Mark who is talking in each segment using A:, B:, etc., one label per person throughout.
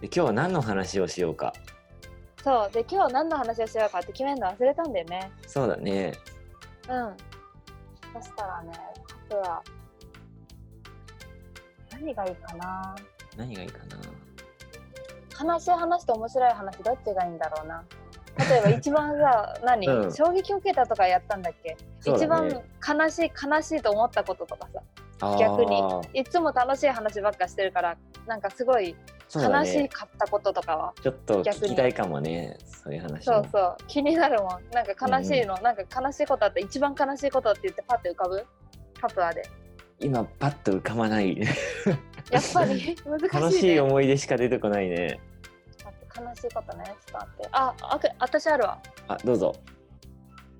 A: で今日は何の話をしようか
B: そうで今日何の話をしようかって決めるの忘れたんだよね
A: そうだね
B: うんそしたらねあとは何がいいかな
A: 何がいいかな
B: 悲しい話と面白い話どっちがいいんだろうな例えば一番 さ何、
A: うん
B: 衝撃を受けたとかやったんだっけ
A: そうだね
B: 一番悲しい悲しいと思ったこととかさ
A: あー
B: 逆にいつも楽しい話ばっかしてるからなんかすごい
A: そうだ
B: 悲
A: ね
B: しかったこととかは
A: ちょっと
B: 逆
A: 聞
B: に
A: きたいかもねそういう話
B: そ
A: も
B: うそう気になるもんなんか悲しいの、なんか悲しいことあって一番悲しいことって言ってパッて浮かぶパプア で
A: 今パッと浮かばない
B: やっぱり難
A: 楽
B: しい、
A: し
B: ね、
A: い思い出しか出てこないね
B: 待って悲しいことねちょっと待ってああく私あるわ
A: あどうぞ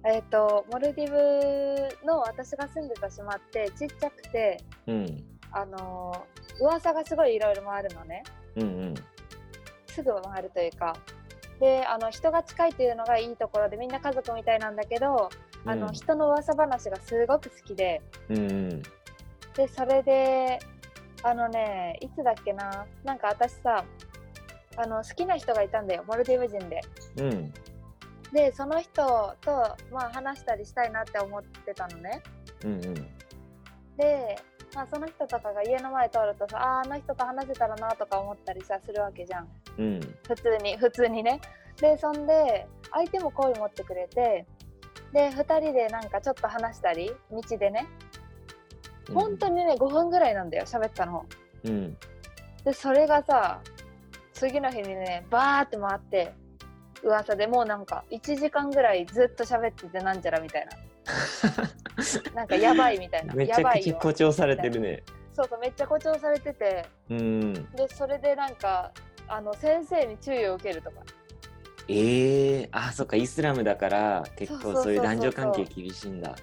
B: えっ、とモルディブの私が住んでた島ってちっちゃくて
A: うん
B: あのー噂がすごいいろいろ回るのね
A: うんうん
B: すぐ回るというかであの人が近いっていうのがいいところでみんな家族みたいなんだけど、あの人の噂話がすごく好きで
A: うんうん
B: でそれであのねいつだっけななんか私さあの好きな人がいたんだよモルディブ人で
A: うん
B: でその人と、まあ、話したりしたいなって思ってたのね
A: うんうん
B: で、まあ、その人とかが家の前通るとさあーあの人と話せたらなとか思ったりさするわけじゃん
A: うん
B: 普通に普通にねでそんで相手も好意持ってくれてで2人でなんかちょっと話したり道でね
A: うん
B: 本当にね5分ぐらいなんだよ喋ったの
A: うん
B: でそれがさ次の日にねバーって回って噂でもうなんか1時間ぐらいずっと喋っててなんちゃらみたい ななんかやばいみたいな
A: めち
B: や
A: ゃ
B: ば
A: く
B: い
A: ちゃ
B: よ
A: 誇張されてるね
B: そうそうめっちゃ誇張されてて
A: うん
B: でそれでなんかあの先生に注意を受けるとか
A: ええあそっかイスラムだから結
B: そうそう
A: 構
B: そう
A: そういう男女関
B: そ
A: 係
B: う
A: 厳しいんだ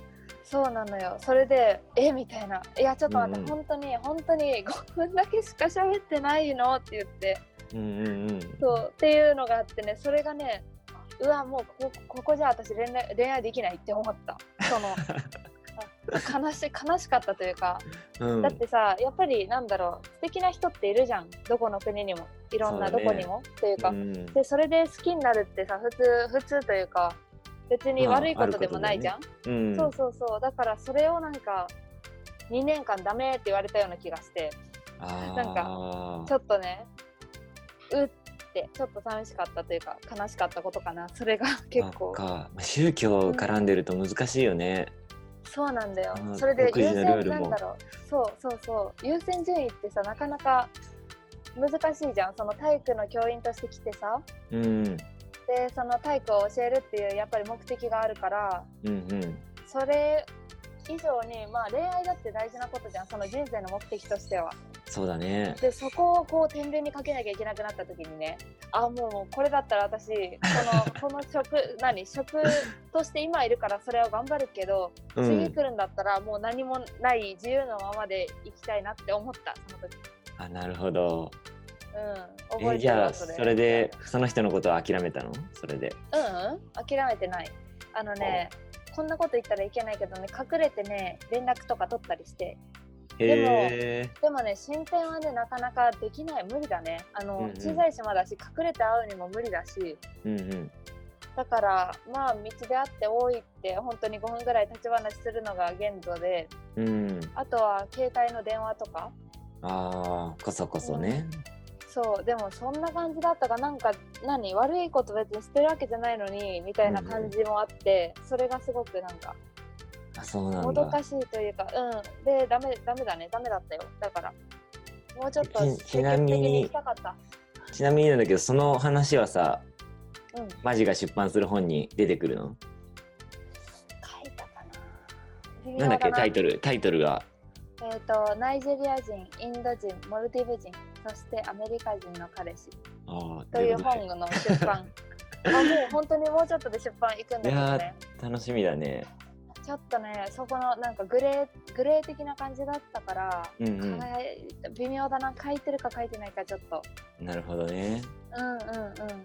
B: そうなのよそれでえみたいないやちょっと待って、
A: うんうん
B: 本当に本当に5分だけしか喋ってないのって言って
A: うんうんうん
B: そうっていうのがあってねそれがねうわもうここここじゃ私恋愛恋愛できないって思ったその あ悲し悲しかったというか、
A: うん
B: だってさやっぱりなんだろう素敵な人っているじゃんどこの国にもいろんな
A: そうだ
B: ど
A: ね
B: こにも、というか、
A: うん
B: でそれで好きになるってさ普通普通というか別に悪いことでもないじゃん、
A: うん
B: そうそうそうだからそれをなんか2年間ダメって言われたような気がしてなんか
A: あ
B: ち
A: ー
B: ょっとねうってちょっと寂しかったというか悲しかったことかなそれが結
A: そっ
B: 構
A: かまあ宗教絡んでると難しいよね
B: そうなんだよ
A: あー
B: それで
A: 独
B: 優
A: 自のルー
B: 先
A: ルも
B: なんだろうそうそうそう優先順位ってさなかなか難しいじゃんその体育の教員として来てさ
A: うん
B: でその体育を教えるっていうやっぱり目的があるから
A: うんうん
B: それ以上にまあ恋愛だって大事なことじゃんその人生の目的としては
A: そうだね
B: でそこをこう天秤にかけなきゃいけなくなった時にねあもうこれだったら私 このこの職何職として今いるからそれを頑張るけど、
A: う
B: 次
A: ん
B: 来るんだったらもう何もない自由のままで行きたいなって思ったその時
A: あなるほど
B: うん
A: え
B: 覚えて
A: じ
B: る
A: ゃ
B: わ
A: あそれでその人のことは諦めたのそれで
B: うん、うん、諦めてないあのねこんなこと言ったらいけないけどね隠れてね連絡とか取ったりして
A: へえ
B: でもね進展はねなかなかできない無理だねあの、
A: うんうん
B: 小さい島だし隠れて会うにも無理だし
A: うんうん
B: だからまあ道であって多いって本当に5分ぐらい立ち話するのが限度で
A: うん
B: あとは携帯の電話とか
A: ああこそこそね
B: そうでもそんな感じだったかなんか何悪いこと別にしてるわけじゃないのにみたいな感じもあって、それがすごくなんか
A: あそうな
B: も
A: ん
B: どか
A: だ
B: しいというかうんでダメダメだねダメだったよだからもうちょっと
A: ちちなみに
B: 積極的行きたかった
A: ちなみになんだけどその話はさ
B: うん
A: マジが出版する本に出てくるの
B: 書いたかな
A: なんだっけタイ
B: ル
A: トルタイトルが
B: えっ、とナイジェリア人インド人モルディブ人そしてアメリカ人の彼氏
A: ああ
B: という本の 出版あもう本当にもうちょっとで出版行くんだけ
A: い
B: ど
A: や
B: ね
A: 楽しみだね
B: ちょっとねそこのなんかグレーグレー的な感じだったから、
A: うんうん
B: かえ微妙だな書いてるか書いてないかちょっと
A: なるほどね
B: うんうんうん